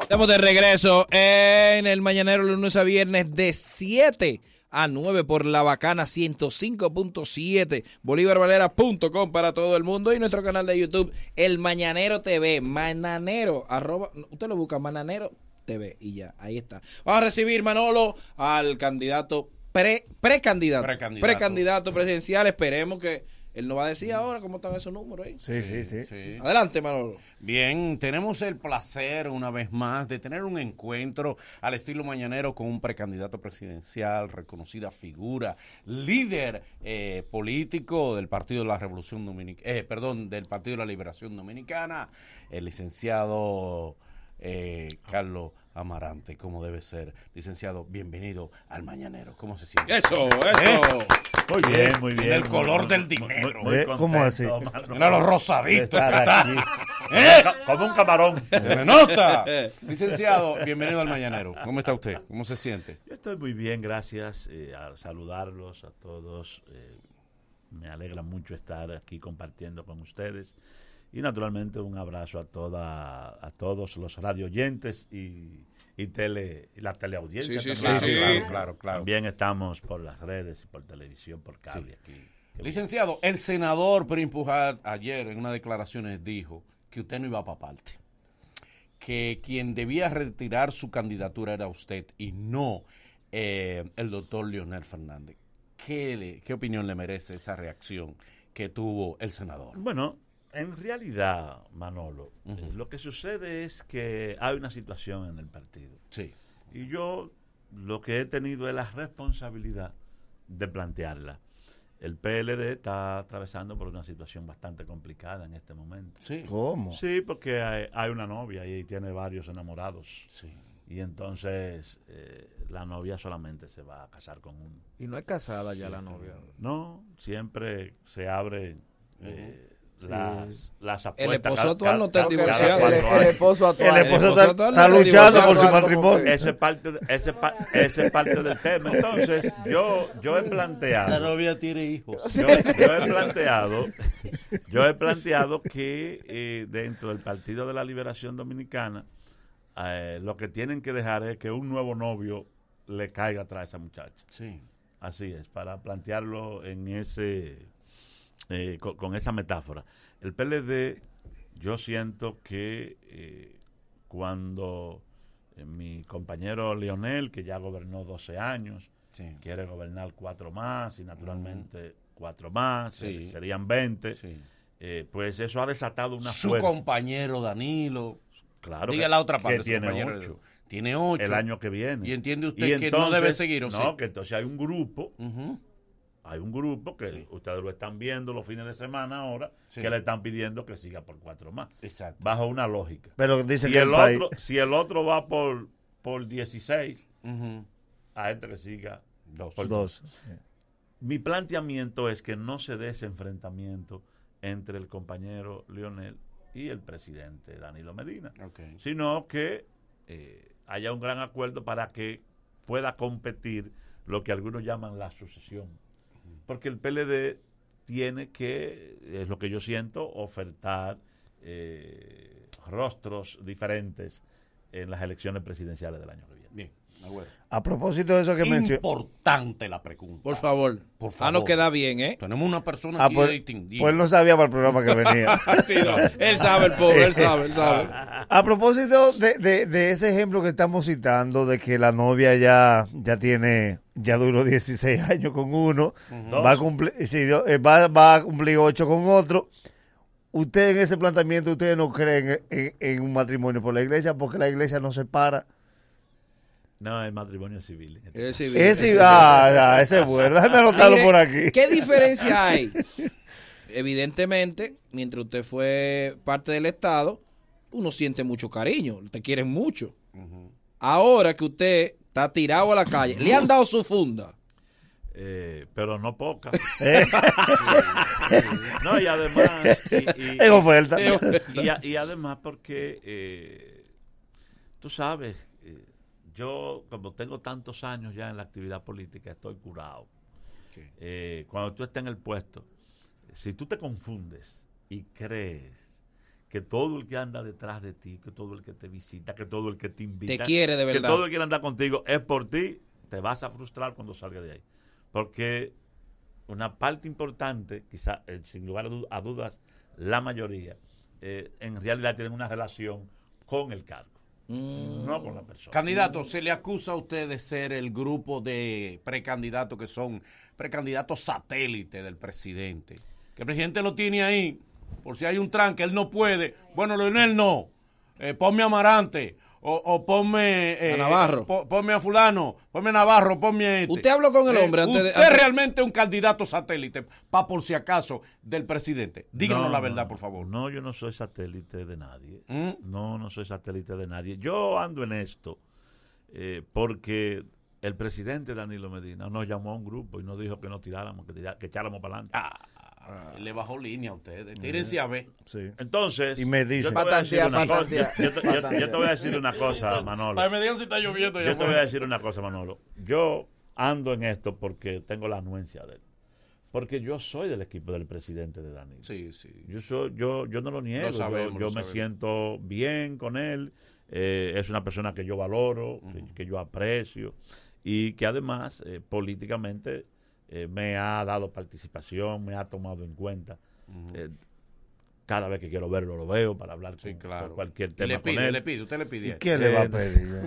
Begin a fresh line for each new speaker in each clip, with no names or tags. Estamos de regreso en el Mañanero lunes a viernes de 7 a 9 por la bacana 105.7 bolívarvalera.com para todo el mundo y nuestro canal de YouTube El Mañanero TV, Mananero, arroba, usted lo busca Mananero TV y ya, ahí está. Vamos a recibir Manolo al candidato pre, precandidato,
Precandidato.
precandidato presidencial, esperemos que él nos va a decir ahora cómo están esos números ahí.
Sí, sí, sí.
Sí.
Adelante, Manolo.
Bien, tenemos el placer una vez más de tener un encuentro al estilo mañanero con un precandidato presidencial, reconocida figura, líder eh, político del Partido de la Revolución Dominicana, perdón, del Partido de la Liberación Dominicana, el licenciado eh, Carlos Amarante, como debe ser. Licenciado, bienvenido al mañanero. ¿Cómo se siente? ¿Eh?
Eso, eso.
Muy bien, muy bien.
Del color
Muy-
del
muy-
dinero.
muy
Eh, ¿cómo
contento,
así?
mano.
Mira los
de
rosaditos. que
estar
está.
aquí.
¡Eh!
Como un camarón.
Se me nota. Licenciado, bienvenido al Mañanero. ¿Cómo está usted? ¿Cómo se siente?
Yo estoy muy bien, gracias eh, a saludarlos a todos. eh, me alegra mucho estar aquí compartiendo con ustedes. Y naturalmente un abrazo a toda, a todos los radio oyentes y, y tele, y la teleaudiencia.
Sí, sí, sí,
también.
sí.
claro, claro, claro.
También estamos por las redes y por televisión, por cable aquí.
Licenciado, el senador Prim Pujar ayer en unas declaraciones dijo que usted no iba para parte. Que quien debía retirar su candidatura era usted y no eh, el doctor Leonel Fernández. ¿Qué, le- ¿Qué opinión le merece esa reacción que tuvo el senador?
Bueno, en realidad, Manolo, eh, lo que sucede es que hay una situación en el partido.
Sí.
Y yo lo que he tenido es la responsabilidad de plantearla. El PLD está atravesando por una situación bastante complicada en este momento.
Sí.
¿Cómo?
Sí, porque hay, hay una novia y tiene varios enamorados.
Sí.
Y entonces eh, la novia solamente se va a casar con uno.
Y no es casada ya la novia.
No, siempre se abren eh, las, las apuestas.
El esposo
cada-
actual no está
cada- cada
divorciado.
El,
cuatro
el
años.
esposo actual.
El esposo actual
está
no
luchando por su
divorciado,
matrimonio.
Ese parte, de- ese, pa- ese parte del tema. Entonces, yo, yo he
La
planteado,
novia tiene hijos.
yo, yo he planteado, yo he planteado que eh, dentro del Partido de la Liberación Dominicana, eh, lo que tienen que dejar es que un nuevo novio le caiga atrás a esa muchacha.
Sí.
Así es, para plantearlo en ese, eh, co- con, esa metáfora. El PLD, yo siento que eh, cuando eh, mi compañero Leonel, que ya gobernó 12 años,
Sí.
quiere gobernar cuatro más y naturalmente cuatro más,
Sí.
eh, serían 20,
sí.
eh, pues eso ha desatado una
su
fuerza.
compañero Danilo.
Claro
Diga
que-
la otra
que
parte. su
tiene
compañero.
ocho.
Tiene ocho.
El año que viene.
Y entiende usted que no debe seguir, ¿o
No,
sí?
que entonces hay un grupo
Ujú.
Hay un grupo que
Sí.
ustedes lo están viendo los fines de semana ahora,
Sí.
que le están pidiendo que siga por cuatro más,
Exacto.
bajo una lógica.
Pero dice
Si
que
el,
el país-
otro, si el otro va por, por 16,
Ujú.
a este que siga
Dos.
por dos.
Mi planteamiento es que no se dé ese enfrentamiento entre el compañero Lionel y el presidente Danilo Medina,
Ok.
sino que eh, haya un gran acuerdo para que pueda competir lo que algunos llaman la sucesión. Porque el PLD tiene que, es lo que yo siento, ofertar eh, rostros diferentes en las elecciones presidenciales del año que viene.
Bien. de acuerdo.
A propósito de eso que mencionó.
Importante la pregunta.
Por favor.
Por
Ah,
favor.
no queda bien, ¿eh?
Tenemos una persona
Ah,
aquí
pues,
distinguida.
pues él no sabía para el programa que venía.
Sí, no, Él sabe, el pobre, él sabe, él sabe.
A propósito de, de- de ese ejemplo que estamos citando, de que la novia ya, ya tiene, ya duró 16 años con uno, va, a cumplir, sí, do- eh, va, va a cumplir 8 con otro. Usted en ese planteamiento, ustedes no creen en, en un matrimonio por la iglesia, porque la iglesia no separa.
No, el matrimonio civil. en este
Es civil, es
Ese,
civil.
ah, ah, ese es bueno, déjame anotarlo
Mire,
por aquí.
¿Qué diferencia hay? Evidentemente, mientras usted fue parte del Estado, uno siente mucho cariño, te quieren mucho. Ahora que usted está tirado a la calle, le han dado su funda.
Eh, pero no poca. No, y además. Y, y-
En oferta.
y a- y además, porque eh, tú sabes, eh, yo, como tengo tantos años ya en la actividad política, estoy curado. Eh, cuando tú estás en el puesto, si tú te confundes y crees que todo el que anda detrás de ti, que todo el que te visita, que todo el que te invita,
Te quiere de
que
verdad.
todo el que anda contigo es por ti, te vas a frustrar cuando salga de ahí. Porque una parte importante, quizá eh, sin lugar a du- a dudas, la mayoría, eh, en realidad tienen una relación con el cargo,
Mm.
no con la persona.
Candidato, se le acusa a usted de ser el grupo de precandidatos que son precandidatos satélite del presidente. Que el presidente lo tiene ahí, por si hay un tranque, él no puede. Bueno, Leonel no. Eh, ponme a Amarante. O, o ponme eh,
A Navarro.
po- ponme a fulano, ponme a Navarro, ponme a este.
Usted habló con el
Eh,
hombre antes de-
usted
antes-
realmente es un candidato satélite, pa por si acaso, del presidente. Díganos
No,
la
no,
verdad,
no.
por favor.
No, yo no soy satélite de nadie.
¿Mm?
No, no soy satélite de nadie. Yo ando en esto eh, porque el presidente Danilo Medina nos llamó a un grupo y nos dijo que no tiráramos, que, tira- que echáramos para adelante.
Ah, le bajó línea a ustedes.
Eh,
Tírense a ver.
Sí.
Entonces,
Y me dice-
yo te voy a decir
Patantea,
una cosa,
patantea,
yo te- yo- yo te voy a decir una cosa, Manolo.
Ay, me digan si está lloviendo. ya
Yo te
fue.
voy a decir una cosa, Manolo. Yo ando en esto porque tengo la anuencia de él. Porque yo soy del equipo del presidente de Danilo.
Sí, sí.
Yo, soy- yo, yo no lo niego.
Lo sabemos, lo
yo yo me
sabemos.
siento bien con él. Eh, es una persona que yo valoro, que, que yo aprecio y que además eh, políticamente eh, me ha dado participación, me ha tomado en cuenta. Eh, cada vez que quiero verlo, lo veo para hablar
Sí,
con-
claro.
por cualquier
Y
tema
le
con
pide,
él.
le pide, usted le pide.
¿Y
a él.
qué le va a pedir?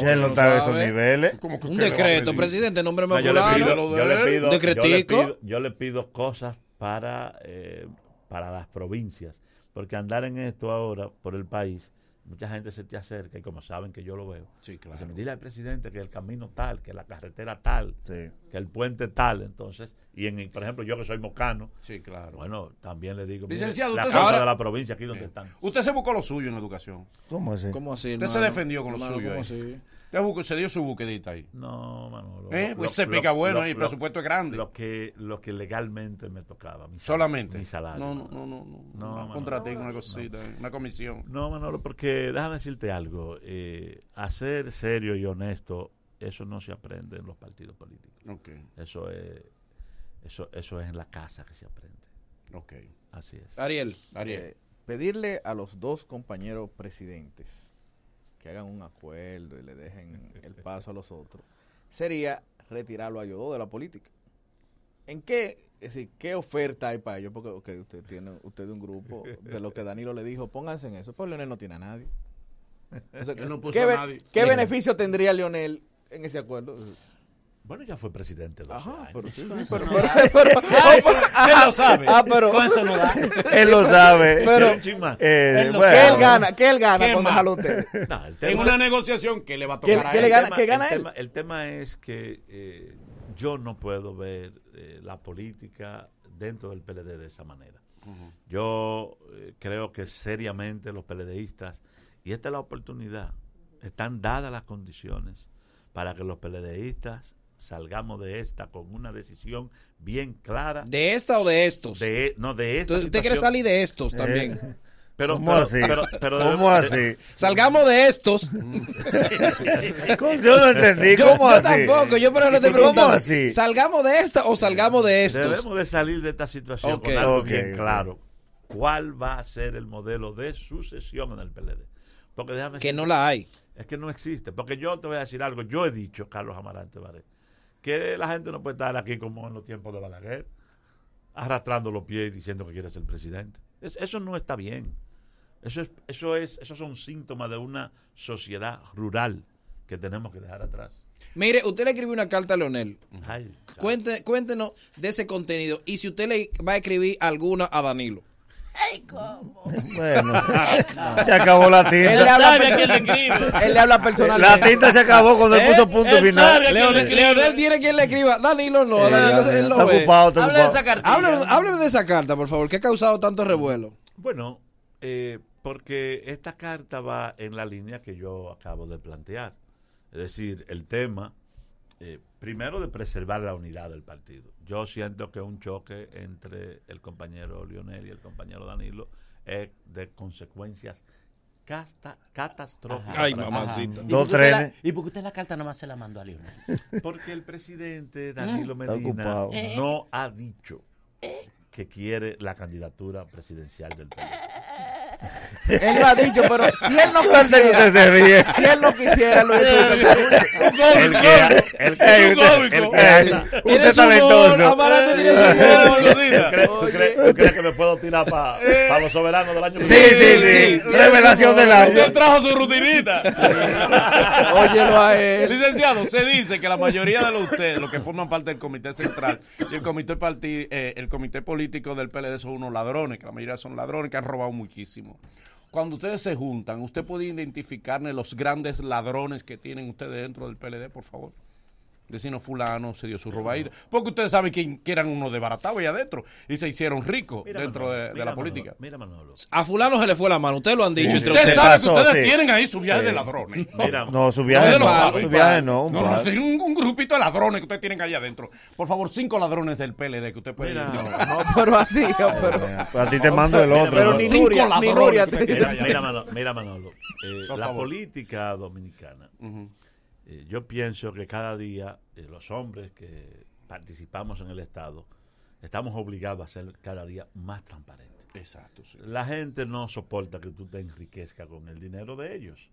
Ya él no está a esos
sabe.
niveles.
Un decreto, presidente, nómbreme
No,
a
yo, le
fulano.
pido,
lo de
yo le
él.
pido- yo le
Decretico.
pido- yo le pido cosas para, eh, para las provincias, porque andar en esto ahora por el país, mucha gente se te acerca y como saben que yo lo veo,
Sí, claro.
dicen, dile al presidente que el camino tal, que la carretera tal,
Sí.
que el puente tal, entonces, y en, por ejemplo yo que soy mocano,
Sí, claro.
bueno, también le digo, mire,
Licenciado,
la
usted
causa
sabe-
de la provincia aquí donde
Eh,
están.
Usted se buscó lo suyo en educación.
¿Cómo así?
¿Cómo así,
Usted se
hermano?
defendió con lo
Hermano,
suyo
¿cómo
ahí.
así?
Usted buscó- se dio su buquedita ahí.
No, Manolo.
Eh,
lo-
pues
lo-
se
lo-
pica bueno
lo-
ahí, el
lo-
presupuesto es grande.
Lo que, lo que legalmente me tocaba. mi sal-
Solamente.
Mi salario.
No, no,
Manolo.
no, no. No,
No,
no,
Manolo.
contraté una cosita, una comisión.
No, Manolo, porque déjame decirte algo. Eh, a ser serio y honesto, eso no se aprende en los partidos políticos.
Ok,
Eso es, eso, eso es en la casa que se aprende.
ok.
Así es.
Ah.
Ariel,
Ariel.
Eh, pedirle a los dos compañeros presidentes que hagan un acuerdo y le dejen el paso a los otros sería retirarlo a ellos dos de la política. ¿En qué? Es decir, ¿qué oferta hay para ellos? Porque ok, usted tiene usted un grupo de lo que Danilo le dijo, pónganse en eso. Pues Leonel no tiene a nadie. O sea,
Él no puso
¿qué,
a
be-
nadie.
qué beneficio tendría Leonel en ese acuerdo? Pues,
Bueno, ya fue presidente 12
Ajá,
años.
pero sí, pero- pero- pero-
Él lo sabe.
Ah, pero-
Con eso no da.
Él lo sabe.
pero-
Era un chin más.
Eh,
él lo-
¿Qué
bueno,
él gana? ¿Qué él
¿Qué
gana con
más?
dejarlo a usted?
No, el
En
tema-
una negociación que le va a
¿Qué-
tocar a
qué
él.
le
el
gana-
tema-
qué gana
el
él?
Tema, el tema es que eh, yo no puedo ver eh, la política dentro del PLD de esa manera. Yo eh, creo que seriamente los PLDistas, y esta es la oportunidad, están dadas las condiciones para que los PLDistas salgamos de esta con una decisión bien clara.
¿de esta o de estos?
De, no, de esta
Entonces, usted quiere
situación,
salir de estos también.
Eh.
pero-
¿Cómo
pero-
así?
pero- pero
¿Cómo
debemos-
así?
Salgamos de estos.
Yo no entendí.
Yo,
¿Cómo
yo
así?
tampoco, yo por eso le estoy
¿Cómo
preguntando.
así?
¿Salgamos de esta o salgamos de estos?
Debemos de salir de esta situación
Ok.
con algo
Ok,
bien
ok.
claro. ¿Cuál va a ser el modelo de sucesión en el PLD? Porque déjame
Que
decir-
no la hay.
es que no existe. Porque yo te voy a decir algo. Yo he dicho, Carlos Amarante Baré, que la gente no puede estar aquí como en los tiempos de Balaguer, arrastrando los pies y diciendo que quiere ser presidente. Es- eso no está bien. Eso es, eso es, esos son síntomas de una sociedad rural que tenemos que dejar atrás.
Mire, usted le escribió una carta a Leonel.
Ay,
Cuente, cuéntenos de ese contenido y si usted le va a escribir alguna a Danilo.
Bueno, se acabó la
Él le
tinta.
habla,
¿Sabe a
perso-
quién le escribe?
él le habla
La
personalmente.
tinta se acabó cuando él puso punto
él
final.
sabe.
Leonel, Leonel tiene quien le escriba. Danilo no.
Eh,
Danilo, él lo
Está
ve.
ocupado, está
Habla de
ocupado.
esa cartilla.
Hábleme, hábleme de esa carta, por favor, que ha causado tanto revuelo.
Bueno, eh, porque esta carta va en la línea que yo acabo de plantear. Es decir, el tema, eh, primero, de preservar la unidad del partido. Yo siento que un choque entre el compañero Lionel y el compañero Danilo es de consecuencias casta- catastróficas.
Ay,
para-
mamacita.
Dos trenes.
¿Y por qué usted la carta nomás se la mandó a Leonel?
Porque el presidente Danilo
Mm. Está
Medina
ocupado.
no ha dicho que quiere la candidatura presidencial del país.
Él lo ha dicho, pero si él no
Suerte que usted
quisiera,
se ríe.
si él no quisiera, lo hizo.
El que, el que,
Ey,
el
usted-
que,
el
el
que-
que- usted es talentoso.
Amarante tiene su
¿Tú
humor.
crees, tú
Oye.
crees- tú crees que me puedo tirar para los soberanos del año que
Sí,
viene?
sí, sí.
Sí.
Revelación del
Usted
año.
trajo su rutinita.
Óyelo a él.
Licenciado, se dice que la mayoría de los ustedes, los que forman parte del Comité Central y el Comité parti- eh, el comité Político del PLD son unos ladrones, que la mayoría son ladrones que han robado muchísimo. Cuando ustedes se juntan, ¿usted puede identificarme los grandes ladrones que tienen ustedes dentro del PLD, por favor? Decirnos fulano se dio su robadita. Porque ustedes saben quién- que eran unos desbaratados allá adentro y se hicieron ricos
Mira,
dentro
Manolo,
de, de
mira,
la
Manolo,
política.
Mira, Manolo.
A fulano se le fue la mano, ustedes lo han dicho entre
Ustedes
ustedes.
saben
pasó,
que ustedes
sí.
tienen ahí su viaje de ladrones.
Mira,
No, su viaje
No,
no.
no,
Su viaje no.
No,
pa.
no, tienen un, un grupito de ladrones que ustedes tienen allá adentro. Por favor, cinco ladrones del PLD que usted puede
Mira.
identificar.
No, pero así,
Ah,
pero.
A ti te mando el otro.
Pero ni
Cinco
Nuria, ni
ladrones
Nuria.
que te
te-
mira, mira, Manolo, mira, Manolo, eh,
Por
la
favor.
política dominicana, eh, yo pienso que cada día eh, los hombres que participamos en el Estado estamos obligados a ser cada día más transparentes.
Exacto, sí.
La gente no soporta que tú te enriquezcas con el dinero de ellos.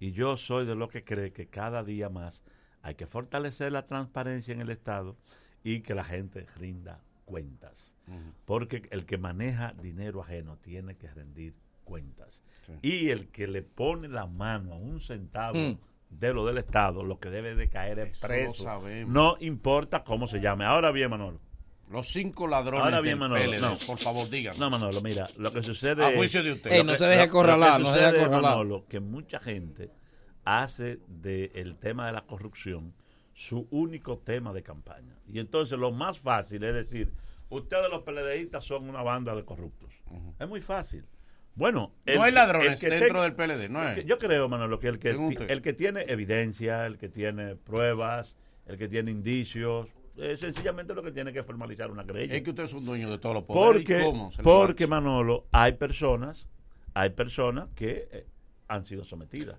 Y yo soy de los que cree que cada día más hay que fortalecer la transparencia en el Estado y que la gente rinda cuentas. Porque el que maneja dinero ajeno tiene que rendir cuentas. Y el que le pone la mano a un centavo
Mm.
de lo del Estado, lo que debe de caer es
Eso lo
preso.
sabemos.
No importa cómo se llame. Ahora bien, Manolo.
Los cinco ladrones
Ahora bien,
del
Manolo,
PLD.
no.
Por favor, díganos.
No, Manolo, mira, lo que sucede
a
es-
juicio de usted.
Ey,
lo
no
que-
se deje
lo- lo que
acorralar, no se deje
sucede,
acorralar.
Manolo, que mucha gente hace del tema de la corrupción su único tema de campaña. Y entonces lo más fácil es decir, ustedes los PLDistas son una banda de corruptos. Es muy fácil. Bueno, el
no hay
que-
ladrones
el que
dentro
te-
del PLD, no es.
Yo creo, Manolo, que el que,
Según
ti-
usted.
el que tiene evidencia, el que tiene pruebas, el que tiene indicios, eh, sencillamente lo que tiene que formalizar una querella.
Es que ustedes son dueños de todos los poderes. ¿y
Porque,
cómo se les va a
porque
decir?
Manolo, hay personas, hay personas que eh, han sido sometidas.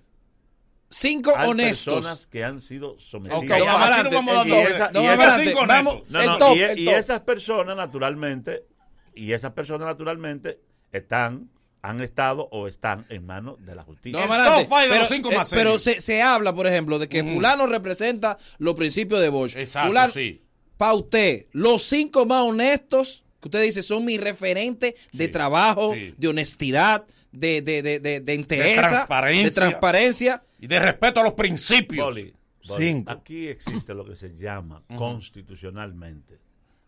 Cinco
Hay
honestos.
personas que han sido sometidas.
Ok,
No,
Así
Amarante,
no vamos a dar
y
doble.
esa-
No,
y
vamos a
esa-
dar cinco
vamos-
netos.
No,
El
no,
top,
y,
el
y
top.
esas personas naturalmente, y esas personas naturalmente están, han estado o están en manos de la
No,
justicia.
El
Amarante,
top five de
pero,
los cinco
eh,
más
pero
serios.
se,
Mm.
se habla, por ejemplo, de que fulano representa los principios de Bosch.
Exacto,
fulano,
sí.
Para usted, los cinco más honestos, que usted dice, son mi referente de
Sí,
trabajo,
sí.
de honestidad, de, de, de, de, de interés,
transparencia.
de transparencia.
Y de respeto a los principios.
Boli, Boli,
Cinco.
Aquí existe lo que se llama constitucionalmente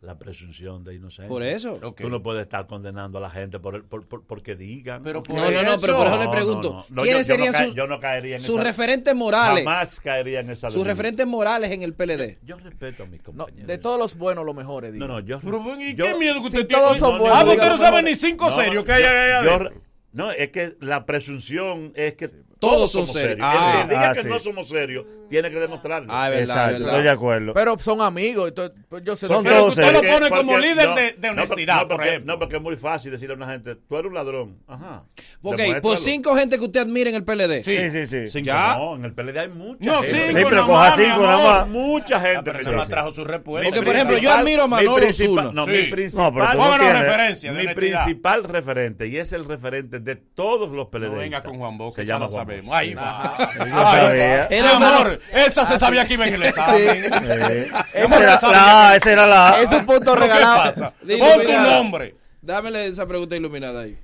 la presunción de inocencia.
Por eso.
Ok.
Tú no puedes estar condenando a la gente por, el- por- por- porque digan.
Pero por
No, no, no, pero por eso le
No,
pregunto,
no, no. No,
¿quiénes
yo- yo no
serían
ca-
sus,
yo no caería en
sus
esa-
referentes morales?
Jamás caería en esa
Sus
lógica.
referentes morales en el PLD.
Yo respeto a mis
No,
compañeros.
de todos los buenos, los mejores.
No,
digo.
no, yo.
Pero, ven, ¿y
yo-
qué miedo que
Si
usted
todos
tiene?
son buenos,
ah, pues usted no
digamos,
sabe
no.
ni cinco
no,
serios que
yo-
hay ahí
yo-
adentro.
No, es que la presunción es que
Todos son
somos
serios.
El
Ah,
que diga
ah,
que
sí.
no somos serios tiene que demostrarlo.
Ah, es verdad, es
Exacto,
verdad.
estoy de acuerdo.
Pero son amigos. entonces, pues yo sé
Son
que-
Pero
todos eh.
que usted lo
serios.
pone como
porque-
líder
no,
de, de
no,
honestidad,
no,
por
porque,
ejemplo.
No, porque es muy fácil decirle a una gente, tú eres un ladrón. Ajá.
Ok, pues por
Demuéstralo.
cinco gente que usted admira en el PLD.
Sí.
Sí, sí, sí. Sí,
Cinco,
Ya.
No, en el PLD hay mucha
No,
gente.
cinco,
Hay
pero
nada
coja
más, mi
cinco
amor.
nada más.
Mucha gente.
Pero
que
eso
sí.
no trajo su respuesta.
Porque, por ejemplo, yo admiro a
mi
Manolo
principal-
Osuna.
No,
Sí.
mi
No,
principal,
pero tú no
Bueno,
Pónganos
tienes-
referencia de
mi
honestidad.
principal referente, y es el referente de todos los PLD.
No venga con Juan Bosch,
se
que
llama
ya lo
Juan
sabemos.
Bosch.
Ahí va.
yo
Ay,
sabía.
Era
Ah,
hermano-
amor, esa se sabía que iba en el examen.
Sí.
Eh,
Esa
Esa
era-
era la A, esa era la
Es
A.
un punto
¿Pero ¿Qué
regalado.
pasa?
Dime,
Pon tu
mira.
nombre.
Dámele esa pregunta iluminada ahí.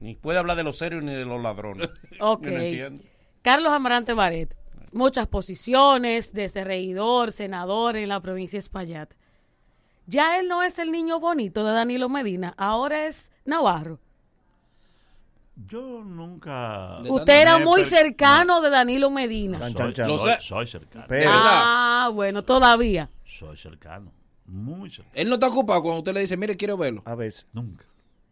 Ni puede hablar de los serios ni de los ladrones.
Ok.
Yo no entiendo.
Carlos Amarante Baret, muchas posiciones, desde regidor, senador en la provincia de Espaillat. Ya él no es el niño bonito de Danilo Medina, ahora es Navarro.
Yo nunca.
Le-
Usted era
Me
muy
per-
cercano de Danilo Medina.
Chan,
Soy,
chan, chan.
Lo
soy-
sé.
soy cercano.
De
Pero-
verdad.
Ah, bueno, todavía.
Soy cercano. Muy cercano.
Él no está ocupado cuando usted le dice, mire, quiero verlo.
A veces.
Nunca.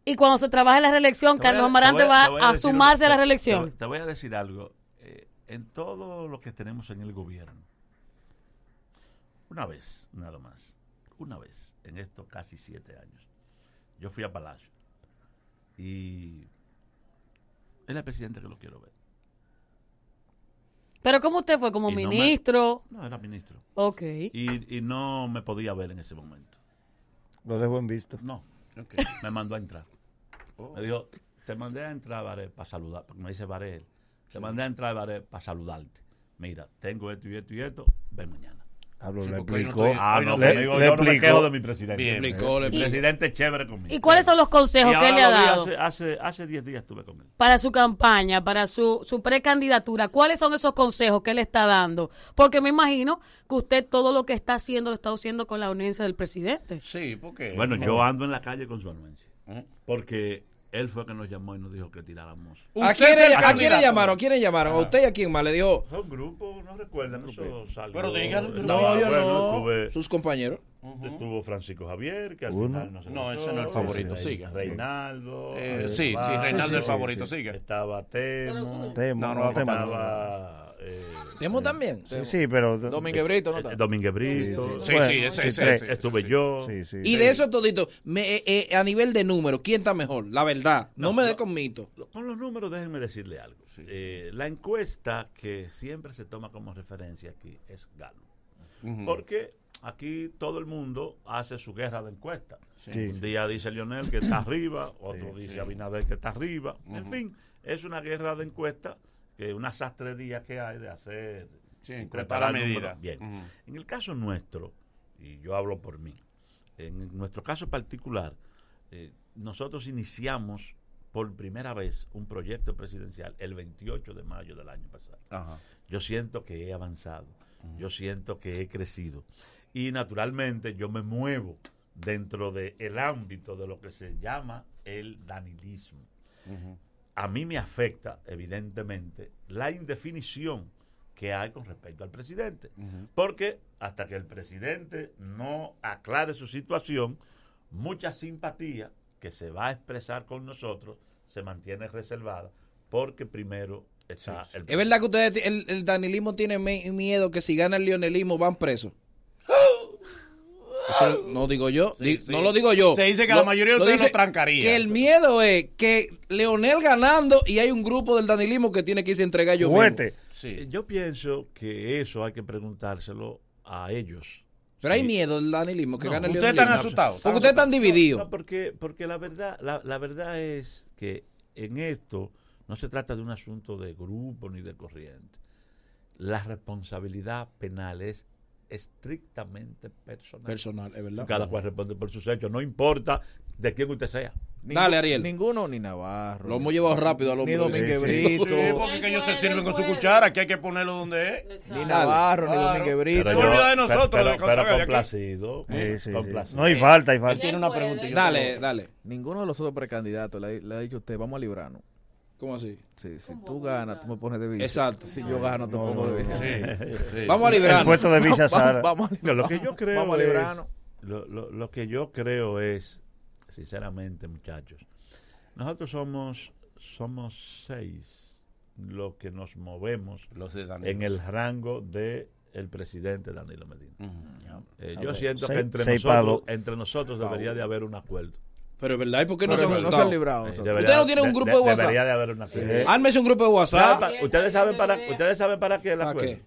Y cuando se trabaja en la reelección,
Te voy a-
Carlos
te
Amarante
voy te voy
va a
decir
sumarse
una-
a la
te-
reelección.
Te, te voy a decir algo. Eh, en todo lo que tenemos en el gobierno, una vez, nada más, una vez, en estos casi siete años, yo fui a Palacio y era el presidente que lo quiero ver.
Pero como usted fue como
Y no me-
ministro,
No, era ministro.
ok.
Y, y no me podía ver en ese momento.
Lo dejo en visto.
No. Me mandó a entrar. Me dijo, te mandé a entrar, Baret, para saludar. Porque me dice Baret, te mandé a entrar, Baret, para saludarte. Mira, tengo esto y esto y esto, ven mañana.
Pablo,
Sí,
le
porque hoy no
explicó.
estoy-
Ah,
hoy
no,
Eh, le-
conmigo,
le
yo no me
explicó.
quejo de mi presidente.
Bien.
Le explicó, le
El
explicó.
presidente es chévere conmigo.
¿Y cuáles son los consejos
Y
que
ahora
él le ha
lo vi
dado
Hace, hace, hace 10 días estuve con él.
para su campaña, para su, su precandidatura? ¿Cuáles son esos consejos que él está dando? Porque me imagino que usted todo lo que está haciendo lo está haciendo con la anuencia del presidente.
Sí, porque.
Bueno, yo ando en la calle con su anuencia.
Eh, ¿Mm?
Porque él fue que nos llamó y nos dijo que tiráramos.
¿A
Usted es el
quiénes a
candidato.
quiénes llamaron? ¿A quiénes llamaron? ¿A usted y a quién más? Le dijo,
Fue un grupo, no recuerdan, eso salió.
Pero díganlo.
no,
Ah,
yo no.
Estuve,
Sus compañeros.
estuvo Francisco Javier, que al
Uno.
final no se
No, ese no es el
lanzó.
favorito,
Rey-
siga.
Reinaldo.
Eh,
Abel
sí, sí,
Paz,
Reinaldo
sí,
es
sí,
favorito,
sí.
siga.
Estaba Temo.
Temo,
No, no,
no,
no,
Temo.
Estaba. eh,
¿Temo también?
Sí, sí, pero.
Domínguez Brito, ¿no?
eh,
está?
Domínguez Brito.
Sí,
Bueno,
sí, ese,
sí,
ese,
tres.
ese, ese,
Estuve
sí.
yo.
Sí, sí.
Y de esos toditos, me, eh, eh, a nivel de número, ¿quién está mejor? La verdad. No,
No,
me dé
no.
con mito.
Lo- Con los números, déjenme decirle algo. Eh, la encuesta que siempre se toma como referencia aquí es Gallup.
Ujú.
Porque aquí todo el mundo hace su guerra de encuesta.
Sí.
Un día dice Lionel que está arriba, otro dice
sí.
Abinader que está arriba. En fin, es una guerra de encuesta, que una sastrería que hay de hacer.
Sí,
y
encuesta a la
números.
medida.
Bien.
Ujú.
En el caso nuestro, y yo hablo por mí, en nuestro caso particular, eh, nosotros iniciamos por primera vez un proyecto presidencial el 28 de mayo del año pasado.
Ajá.
Yo siento que he avanzado,
Mm.
yo siento que he crecido. Y naturalmente yo me muevo dentro del ámbito de lo que se llama el danilismo. A mí me afecta, evidentemente, la indefinición que hay con respecto al presidente. Porque hasta que el presidente no aclare su situación, mucha simpatía que se va a expresar con nosotros se mantiene reservada porque primero está el
¿Es verdad que ustedes, ti- el, el danilismo tiene me- miedo que si gana el leonelismo van presos? Eso no digo yo, di-
sí.
no lo digo yo.
Se dice que
Lo-
la mayoría de
lo
ustedes
dice-
lo trancaría.
Que el miedo es que Leonel ganando y hay un grupo del danilismo que tiene que irse a entregar yo mismo.
Juguete.
Eh,
Sí.
Yo pienso que eso hay que preguntárselo a ellos.
Pero hay
Sí.
miedo del danilismo que
No,
gana el
ustedes
leonelismo.
están asustados, están
Porque ustedes están divididos.
No, no, porque, porque la verdad, la, la verdad es que en esto no se trata de un asunto de grupo ni de corriente. La responsabilidad penal es estrictamente personal.
Personal, es verdad.
Cada cual responde por sus hechos, no importa de quién usted sea.
Ningú-
Dale, Ariel.
Ninguno, ni Navarro.
Lo
ni-
hemos llevado rápido a los
Ni Domínguez
Sí,
Sí,
Brito,
porque es que ellos se
Él
sirven con su
puede.
cuchara, que hay que ponerlo donde es.
ni
Dale.
Navarro, ni
Claro.
Domínguez
Pero
Brito.
Se olvida de nosotros,
pero-
de
pero
Gonzalo, de aquí.
complacido.
Eh, Sí, sí, sí.
complacido.
No, hay falta, hay falta.
tiene una preguntilla.
Dale, dale.
Ninguno de los otros precandidatos le, ha- le ha dicho a usted, vamos a librarnos.
¿Cómo así?
Sí, si tú ganas, tú me pones de vice.
Exacto.
Si yo gano, te
No,
pongo
no,
de
no,
vice.
no.
Sí, sí.
Vamos a
El
librarnos.
puesto de Visa Sara.
Vamos, vamos a
No,
librarnos.
lo que yo creo
Vamos a
es-
librarnos.
lo, lo- lo que yo creo es, sinceramente, muchachos, nosotros somos, somos seis los que nos movemos
Los de Danilo.
en el rango de el presidente Danilo Medina.
Mm,
Ujú, ya.
Eh,
A
yo
ver,
siento
seis-
que entre
seis
nosotros,
pa'
entre nosotros debería de haber un acuerdo.
Pero es verdad, ¿y por qué no
Pero
se han
no se
juntado?
han librado.
Eh,
nosotros.
debería-
¿Ustedes no tienen un grupo de WhatsApp? Ah,
Debería de haber un acuerdo.
Sí.
Ármese un grupo de
¿Saben
WhatsApp.
pa- ¿Ustedes saben para, ustedes saben para qué el
¿Para
acuerdo?
qué?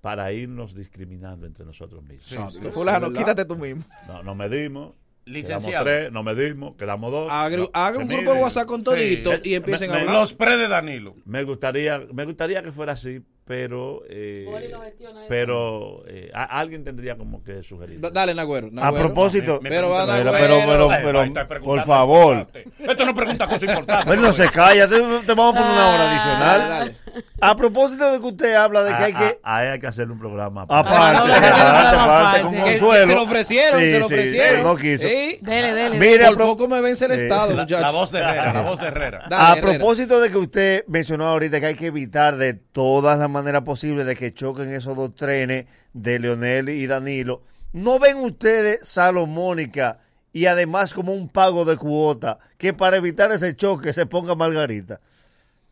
Para irnos discriminando entre nosotros mismos.
Exacto.
Fulano,
¿Verdad?
quítate tú mismo.
No, nos medimos.
Licenciado.
Quedamos tres, nos medimos, quedamos dos.
Haga,
No,
haga
se
un
miden.
grupo de WhatsApp con todito
Sí.
y empiecen a
Me- me-
hablar.
Los pre de Danilo.
Me gustaría, me gustaría que fuera así, pero eh,
Boli lo gestiona él.
pero eh, a- alguien tendría como que sugerir.
Da- Dale, Nagüero.
A
Nagüero.
propósito.
me- Pero,
Pero,
Ana,
pero, pero,
bueno.
Ay,
pero,
ay, está preguntando
por favor.
cosas importantes. Esto no pregunta pues. cosas importantes.
Él no se calla, te, te vamos a poner una hora
Dale,
adicional.
dale.
A propósito de que usted habla de que
A-
hay que...
a- a él hay que hacer un programa.
Aparte,
Ah, no,
aparte,
no, no,
aparte,
no,
con
no,
Que- que
consuelo.
se lo ofrecieron,
Sí,
se lo
sí,
ofrecieron.
no quiso.
Sí.
Dele, dele.
Mira,
Por
pro-
poco me vence el
Eh,
Estado,
La, la
muchachos.
voz de Herrera, la voz de Herrera.
Dale,
a
Herrera.
propósito de que usted mencionó ahorita que hay que evitar de todas las maneras posibles de que choquen esos dos trenes de Leonel y Danilo, ¿no ven ustedes Salomónica y además como un pago de cuota que para evitar ese choque se ponga Margarita?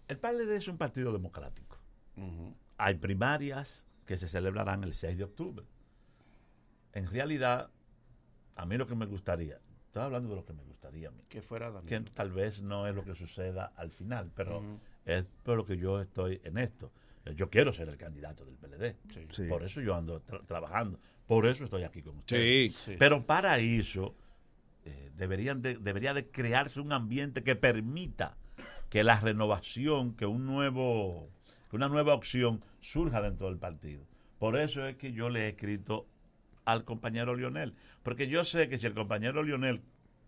El PLD es un partido democrático. Hay primarias que se celebrarán el 6 de octubre. En realidad, a mí lo que me gustaría, estoy hablando de lo que me gustaría a mí,
Que fuera Danilo.
que tal vez no es lo que suceda al final, pero es por lo que yo estoy en esto. Yo quiero ser el candidato del PLD.
Sí.
Por eso yo ando tra- trabajando. Por eso estoy aquí con
Sí.
ustedes. Pero para eso eh, deberían de- debería de crearse un ambiente que permita que la renovación, que un nuevo, que una nueva opción surja dentro del partido. Por eso es que yo le he escrito al compañero Lionel, porque yo sé que si el compañero Lionel,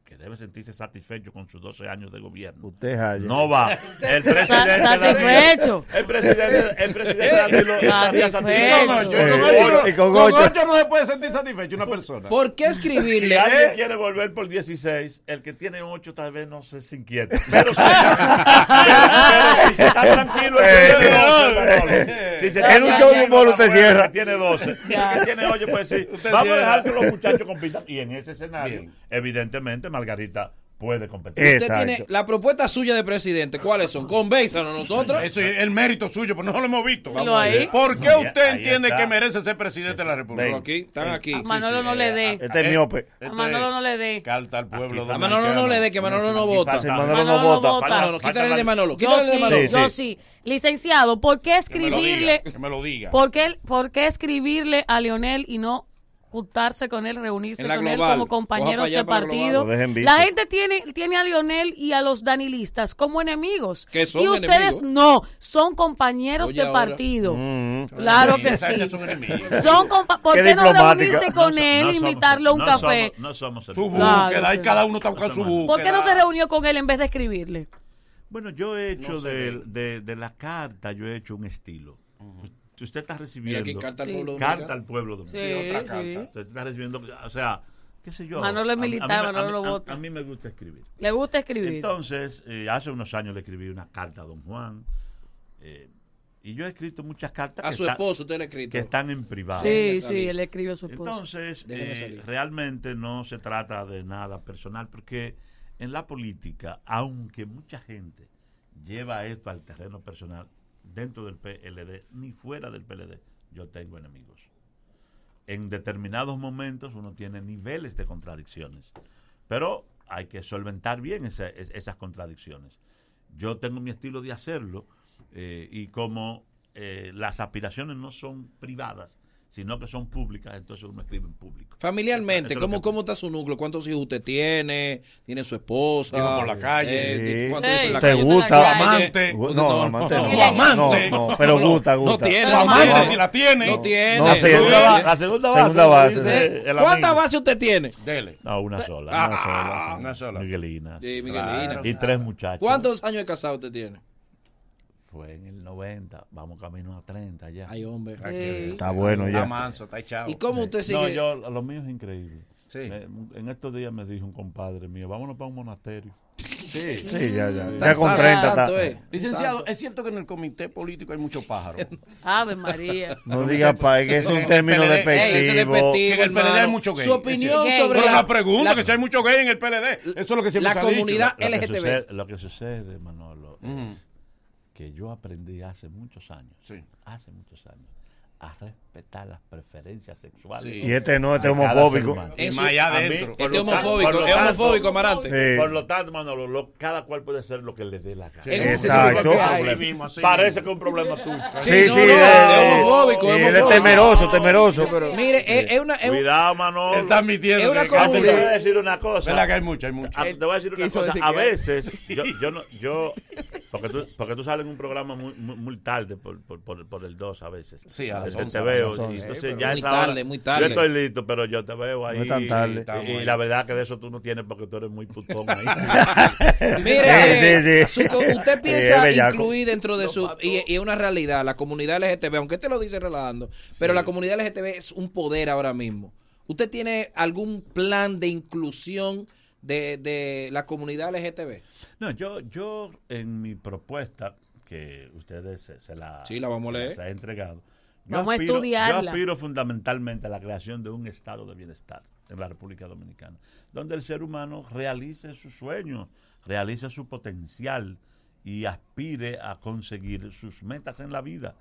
que debe sentirse satisfecho con sus 12 años de gobierno,
Usted es Jaya.
no va. El presidente
satisfecho.
El presidente, el presidente Danilo estaría
Satisfecho.
satisfecho.
Con ocho, con ocho
Eh, eh,
no-
con
con
ocho.
ocho no se puede sentir satisfecho una persona.
¿Por qué
Si
¿Eh?
escribirle?
alguien quiere volver por 16, el que tiene 8 tal vez no se se inquiete. Pero si, pero si se está tranquilo, el que tiene 12, Manolo. Si se está
En un
tranquilo,
show de
humor usted
afuera,
cierra.
El que tiene 12,
Ya.
el que tiene 8 puede decir,
Usted
vamos a
cierra.
dejar que los muchachos compitan. Y en ese escenario,
Bien.
evidentemente, Margarita puede competir.
Eh,
Usted tiene
Exacto.
la propuesta suya de presidente. ¿Cuáles son? Convénzanos nosotros.
Eso es el mérito suyo, pero no lo hemos visto.
Dilo ahí.
¿Por qué
Ahí-
usted
ahí
entiende
está.
que merece ser presidente de la República?
Pero aquí, Ah, están aquí.
A Manolo no le dé.
Este es miope.
A
Esto
Manolo
Este es
no le dé.
Carta al
A
pueblo
Aquí está.
dominicano.
pues. Manolo no le dé, que Manolo no vota.
falta-
Manolo no
Manolo
vota.
Ah, no, no, quítale el de Manolo.
Yo
Quítale el de
sí,
Manolo.
Sí,
yo
sí.
sí. Licenciado, ¿por qué
Que me lo diga,
escribirle,
Que me lo diga.
por qué, por qué escribirle a Leonel y no juntarse con él, reunirse
En la
con
global.
él como
Coja
compañeros
para allá
de
para la
partido?
global. Lo dejen visto.
La gente tiene, tiene a Leonel y a los danilistas como enemigos.
Que son
y ustedes
enemigos.
no, son compañeros
Oye,
de
ahora.
partido.
Mm.
Claro que
Esa gente
sí.
son enemigos.
Son compa- ¿Por
Qué
qué, no
diplomática.
reunirse
No
con
so-
él,
no somos-
invitarlo a un
no
café?
somos- no somos el
Su
mismo.
Claro,
búsqueda, ahí
sí.
cada uno está buscando su búsqueda.
¿Por qué no se reunió con él en vez de escribirle?
Bueno, yo he hecho
No se
de,
ve.
de- de la carta, yo he hecho un estilo. Si Usted está
Mira
recibiendo
aquí carta al
Sí.
pueblo
carta
dominicano.
al pueblo dominicano.
otra carta.
Usted está recibiendo, o sea, qué sé yo.
Manolo es
A mí- a mí
militar,
me- a
Manolo
mí- a-
vota.
A mí me gusta escribir.
Le gusta escribir.
Entonces, eh, hace unos años le escribí una carta a don Juan. eh, y yo he escrito muchas cartas
A
que
su
está-
esposo usted le ha escrito.
que están en privado.
sí,
déjeme
sí,
salir.
él escribió a su esposo.
Entonces,
Déjeme
eh,
salir.
realmente no se trata de nada personal, porque en la política, aunque mucha gente lleva esto al terreno personal, dentro del PLD, ni fuera del PLD, yo tengo enemigos. En determinados momentos uno tiene niveles de contradicciones, pero hay que solventar bien esa- es- esas contradicciones. Yo tengo mi estilo de hacerlo eh, y como eh, las aspiraciones no son privadas, sino que son públicas, entonces uno escribe en público.
Familiarmente,
Eso- eso es lo
¿cómo,
que-
¿cómo está su núcleo? ¿Cuántos hijos usted tiene? ¿Tiene su esposa?
Hijos por la calle.
Eh, ¿Cuántos
Sí.
hijos por la
¿Te
calle?
gusta?
¿Su
Amante.
No,
Gu- No,
no,
amante
no.
no.
Su amante.
No, no, pero gusta, gusta.
No tiene.
Pero
Amante,
no,
amante.
si la tiene.
No tiene.
No, la segunda
tiene.
va-
la segunda base.
Segunda base.
dice
Sí.
el
¿Cuántas
amigo.
bases usted tiene?
Dele.
No, una sola.
Ah,
una sola.
una sola.
Miguelina.
Sí, Miguelina.
Y tres muchachos.
¿Cuántos años de casado usted tiene?
Fue en el 90. Vamos camino a 30 ya.
Ay, hombre.
Sí.
Está bueno
Está
ya.
manso, está echado.
¿Y cómo usted sigue?
No, yo, lo mío es increíble.
Sí.
Me- en estos días me dijo un compadre mío, vámonos para un monasterio.
Sí.
Sí, ya, ya.
Tan eh?
Ya con
santo,
30
santo
está.
es.
Licenciado, es cierto que en el comité político hay muchos pájaros.
Ave María.
No diga pa, es que es un término
Ey,
Ey, eh, eso es
despectivo.
despectivo,
Que en el PLD hay
hermano.
mucho gay.
Su opinión
Gay.
sobre
Pero
la,
la pregunta,
la-
que si hay mucho gay en el PLD. Eso es lo que
la
siempre se ha
comunidad-
dicho.
Lo que
LGTB.
sucede, lo que sucede, Manolo, es que yo aprendí hace muchos años,
Sí.
hace muchos años, a respetar las preferencias sexuales.
Sí. Eh,
Y este no, este es
A cada
homofóbico.
ser humano.
En
Y
su-
más allá
a mí,
adentro.
por
Este
lo
es
tanto- por
homofóbico,
lo
es
tanto-
homofóbico, Amarante.
Sí.
Por lo tanto, Manolo, lo- cada cual puede ser lo que le dé la gana.
Sí.
Exacto.
Así mismo, así
Parece
mismo.
que es un problema tuyo.
Sí,
no, no,
sí,
es
eh, eh,
homofóbico,
sí,
es
él es
homofóbico.
temeroso, temeroso.
Mire, es, es una. es un-
Cuidado, Manolo.
Él está admitiendo.
Es una
que-
Ah, pues te voy a
Sí.
decir una cosa.
¿Verdad que hay mucho? Hay mucho.
Ah, te voy a decir una
quiso
cosa.
decir
A
que-
veces, yo, yo no, yo, porque tú, porque tú sales en un programa muy, muy, muy tarde por, por, por, por el 2 a veces.
Sí, a las
Te-
11,
Te veo.
a las
y
11.
entonces
Sí, pero
ya
muy
esa hora-
tarde, muy tarde.
Yo estoy listo, pero yo te veo ahí.
No es tan tarde.
Y,
Estamos
y
ahí.
la verdad que de eso tú no tienes porque tú eres muy putón ahí.
Mire,
Sí, sí, sí.
eh, su- usted
Sí, es
piensa
bellaco.
incluir dentro de su... Y y es una realidad, la comunidad LGTB, aunque te lo dice relajando, pero la comunidad LGTB es un poder ahora mismo. ¿Usted tiene algún plan de inclusión de, de la comunidad LGTB?
No, yo, yo en mi propuesta, que ustedes se, se la,
Sí, la vamos a
se
leer.
las he entregado. yo
Vamos a
aspiro- Yo
estudiarla.
aspiro fundamentalmente a la creación de un estado de bienestar en la República Dominicana, donde el ser humano realice sus sueños, realice su potencial y aspire a conseguir sus metas en la vida.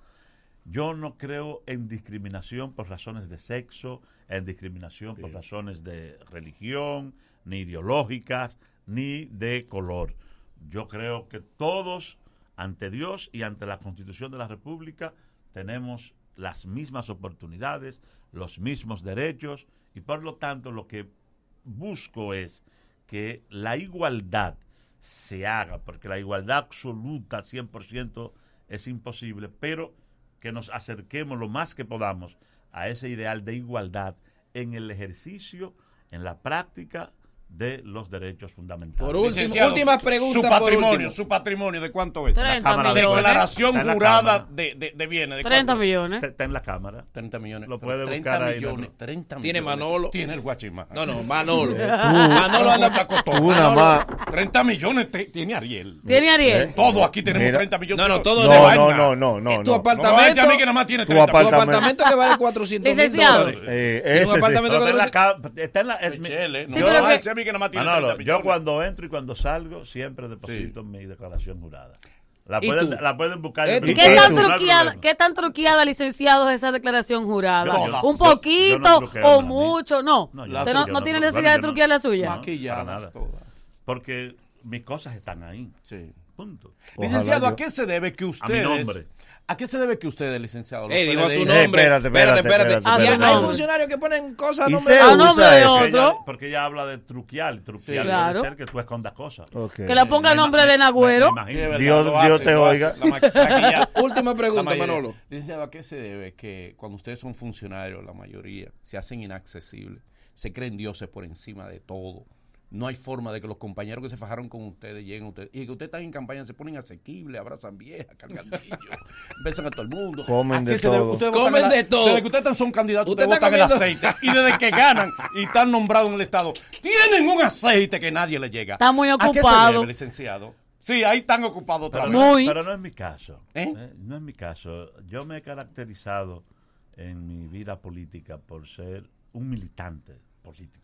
Yo no creo en discriminación por razones de sexo, en discriminación por razones de religión, ni ideológicas, ni de color. Yo creo que todos, ante Dios y ante la Constitución de la República, tenemos las mismas oportunidades, los mismos derechos y por lo tanto lo que busco es que la igualdad se haga, porque la igualdad absoluta 100% es imposible, pero que nos acerquemos lo más que podamos a ese ideal de igualdad en el ejercicio, en la práctica de los derechos fundamentales.
Por último, ¿eh?
Licenciado,
últimas
su-
preguntas.
Su
por
patrimonio,
último.
su patrimonio, ¿de cuánto es?
Tres.
La Cámara de-
30 millones.
Declaración
Está en la
jurada
Cámara.
de, de, de bienes. ¿de
30
cuánto?
millones.
Está- está en la Cámara.
30 millones.
Lo
Pero
puede buscar ahí,
millones,
Manolo.
30 millones.
Tiene Manolo.
Tiene el guachimán.
No, no, Manolo. Ah, Manolo anda
Tú una más.
30 millones te- tiene Ariel.
Eh,
Tiene Ariel.
Todo aquí tenemos
Mira.
30 millones.
No, no, todo
Se
de
No,
vaina.
no, no, no,
Es
no.
tu
no.
No me vayas a decir
apartamento.
que nada más tiene
Tu
30
Tu
millones.
apartamento.
apartamento que vale 400 mil
Licenciado.
dólares.
Eh,
Tiene un
ese sí.
apartamento
Pero está en la
que
Cámara. Está en la- es-
Michele, no
Sí,
me
pero
vayas a
que-
decir a mí que nada más tiene
Manolo,
30
yo
millones.
cuando entro y cuando salgo siempre deposito mi declaración jurada. La
¿Y
pueden,
tú?
la pueden buscar
¿Eh,
en
tú?
mi
¿Qué
Eso.
tan,
Facebook, no hay
truqueada,
problema.
¿Qué tan truqueada, licenciado, es esa declaración jurada?
Yo no-
¿Un
yo- yo no
poquito
truqueo
o
nada, ni-
mucho? No.
No, yo
Usted
no-
no,
yo
no
no truqueo,
tiene necesidad de
yo no-
truquear la
eh,
suya.
No. para
Maquilladas
nada.
todas.
Porque mis cosas están ahí.
Sí.
Punto.
Licenciado,
yo-
¿a qué se debe que ustedes...
nombre.
¿A qué se debe que ustedes, licenciado? los
Eh, digo a su
PLDistas?
nombre.
espérate, espérate, espérate,
Y
espérate.
hay
Ah,
funcionarios que ponen cosas a
Y
nombre
se
de-
Ah,
usa
no, hombre,
eso.
no.
Porque ella,
¿Otro?
porque ella habla de truquear. Truquear
Sí,
claro.
puede ser que tú escondas cosas.
Ok.
Que le ponga el nombre de Nagüero.
Me- me- me
Sí, es
imagino.
verdad,
Dios-
lo
Dios
hacen,
te
lo
oiga.
hacen. La maqui- maquilla-
Última pregunta,
la mayoría.
Manolo.
Licenciado, ¿a qué se debe que cuando ustedes son funcionarios, la mayoría, se hacen inaccesibles, se creen dioses por encima de todo? No hay forma de que los compañeros que se fajaron con ustedes lleguen a ustedes. Y que ustedes están en campaña, se ponen asequibles, abrazan viejas, cargan niños, besan a todo el mundo.
Comen
¿A
de
qué se debe?
todo.
Ustedes botan
Comen
el a-
de todo.
Desde que ustedes son candidatos,
Usted
ustedes
está
botan el
comiendo-
aceite. Y desde que ganan y están nombrados en el Estado, tienen un aceite que nadie les llega.
Está muy
¿A qué se
ocupado.
debe, licenciado? Sí, ahí están ocupados otra
Pero,
vez.
no-
Muy.
pero no es mi caso.
¿Eh?
Eh, No es mi caso. Yo me he caracterizado en mi vida política por ser un militante político.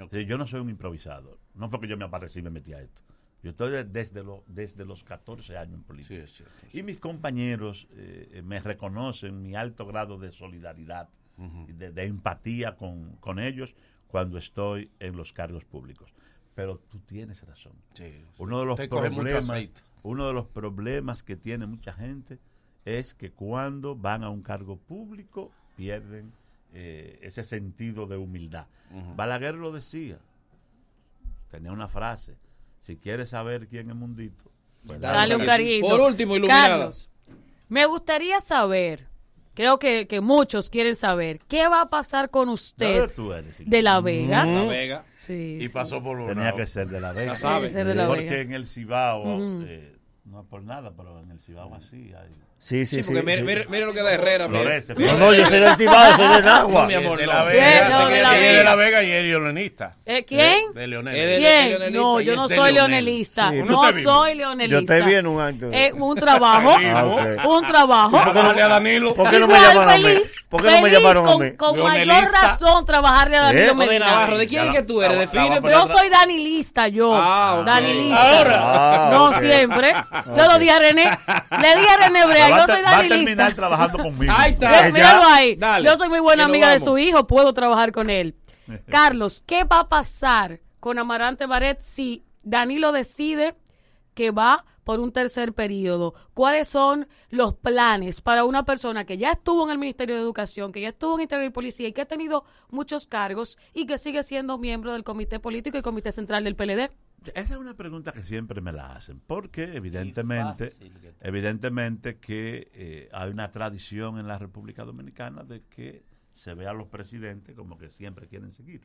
Ok.
Sí, Yo no soy un improvisado. No fue que yo me aparecí y me metí a esto. Yo estoy de- desde, lo- desde los 14 años en política.
Sí, es cierto.
Y mis compañeros eh, me reconocen mi alto grado de solidaridad, y de, de empatía con, con ellos cuando estoy en los cargos públicos. Pero tú tienes razón.
Sí.
Uno de los
Usted coge mucho
problemas,
aceite.
uno de los problemas que tiene mucha gente es que cuando van a un cargo público pierden eh, ese sentido de humildad. Balaguer lo decía, tenía una frase: si quieres saber quién es mundito, pues
Dale un carguito.
Por último, iluminada.
Carlos, me gustaría saber, creo que, que muchos quieren saber, ¿qué va a pasar con usted
dale tú eres.
de La Vega?
La Vega.
Sí, sí.
por
Tenía que ser de la Vega.
Ya sabe.
Ser de La
Porque
Vega.
en el Cibao, eh, no es por nada, pero en el Cibao así hay.
Sí, sí,
Sí,
sí.
porque
sí.
mire, mire- mire lo que da Herrera. mire.
Florece,
No,
florece.
no, yo soy del Cibao, soy de Nagua.
No, mi amor,
de
no.
la
Bien,
Vega.
no, de la
Es de
Vega.
la Vega y es leonista.
¿Eh, ¿Quién?
De Leonel.
Es de-
¿Quién?
leonelista
No,
y
yo
es
no
de
soy
Leonel.
leonelista.
Sí,
¿no
No
te vi?
soy
Yo
leonelista.
te vi en un acto.
Eh, un trabajo.
Ah, ok.
Un trabajo.
Trabajarle a Danilo.
¿Por qué no me
Igual,
llamaron a mí?
feliz,
¿Por qué no me
feliz,
llamaron a
con-
mí?
Con, mayor
Leonelista.
razón trabajarle a Danilo
¿Eh?
O de
Medina.
Navarro. ¿De quién
Ya
es que
la-
tú eres?
la- la-
Defínete.
Yo soy danilista, yo.
Ah, ok.
Danilista.
Ah,
no
ok. Ah,
siempre. Yo lo dije a René. Le dije a René Brea,
Pero va,
yo
a
soy
ter- va a terminar
danilista.
trabajando conmigo.
Ahí está.
Ve-
Ya,
Míralo ahí.
dale.
Yo soy muy buena
Que nos
amiga de
vamos.
su hijo, puedo trabajar con él.
Eh.
Carlos, ¿qué va a pasar con Amarante Baret si Danilo decide que va por un tercer periodo? ¿Cuáles son los planes para una persona que ya estuvo en el Ministerio de Educación, que ya estuvo en Interior y Policía y que ha tenido muchos cargos y que sigue siendo miembro del Comité Político y Comité Central del PLD?
Esa es una pregunta que siempre me la hacen, porque evidentemente, evidentemente que eh, hay una tradición en la República Dominicana de que se ve a los presidentes como que siempre quieren seguir.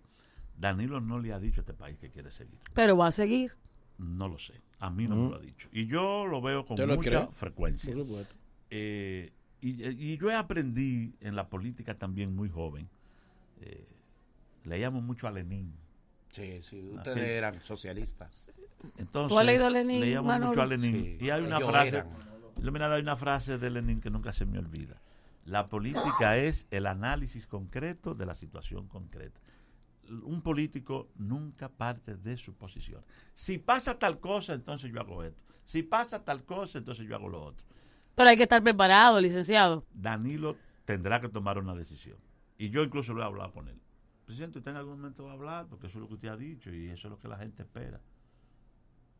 Danilo no le ha dicho a este país que quiere seguir.
Pero va a seguir.
No lo sé. A mí no me lo ha dicho. Y yo lo veo con
Mm. Yo lo
mucha
creo.
frecuencia. Eh, y, y yo aprendí en la política también muy joven. eh, leíamos mucho a Lenin.
Sí, sí,
Aquí.
ustedes eran socialistas.
Entonces,
¿Tú has leído a Lenin,
leíamos
Manolo?
mucho a Lenin.
Sí,
Mm. y hay una
ellos
frase.
eran.
Iluminado, hay una frase de Lenin que nunca se me olvida. La política es el análisis concreto de la situación concreta. Un político nunca parte de su posición. Si pasa tal cosa, entonces yo hago esto. Si pasa tal cosa, entonces yo hago lo otro.
Pero hay que estar preparado, licenciado.
Danilo tendrá que tomar una decisión. Y yo incluso lo he hablado con él. Presidente, usted en algún momento va a hablar, porque eso es lo que usted ha dicho y eso es lo que la gente espera.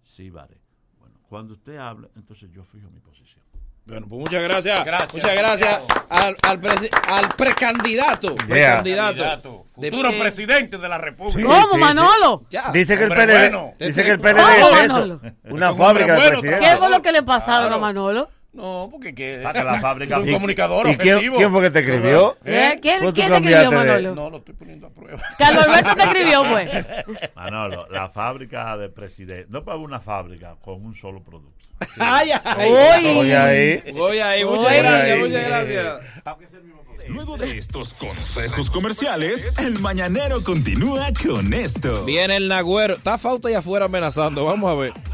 Sí, vale. Bueno, cuando usted habla, entonces yo fijo mi posición.
Bueno, pues muchas gracias.
Gracias,
muchas gracias al, al, presi- al precandidato. Precandidato. de-
futuro
Sí.
presidente de la República.
¿Cómo,
sí, sí.
Manolo?
ya.
Dice que el
Hombre
PLD,
bueno.
dice que el PLD
Vamos,
es eso,
Manolo.
Es
una
un
fábrica de
hombre bueno,
¿Qué
presidentes.
fue lo que le pasaron a Manolo?
No, porque que
Para que la fábrica-
soy un
¿Y-
comunicador
¿Y quién,
objetivo.
quién fue que te escribió?
¿Eh? ¿Quién,
Pues tú
quién te escribió,
cambiaste de-
Manolo?
No, lo estoy poniendo a prueba.
Carlos Alberto te escribió, pues.
Manolo, la fábrica de presidente. No para una fábrica con un solo producto.
Ay, ay.
Oye
Uy.
ahí.
Ah, Voy ahí, muchas
Voy
gracias,
ahí.
muchas gracias.
Luego de estos consejos comerciales, el mañanero continúa con esto.
Viene el Nagüero. Está Fausto y afuera amenazando. Vamos a ver.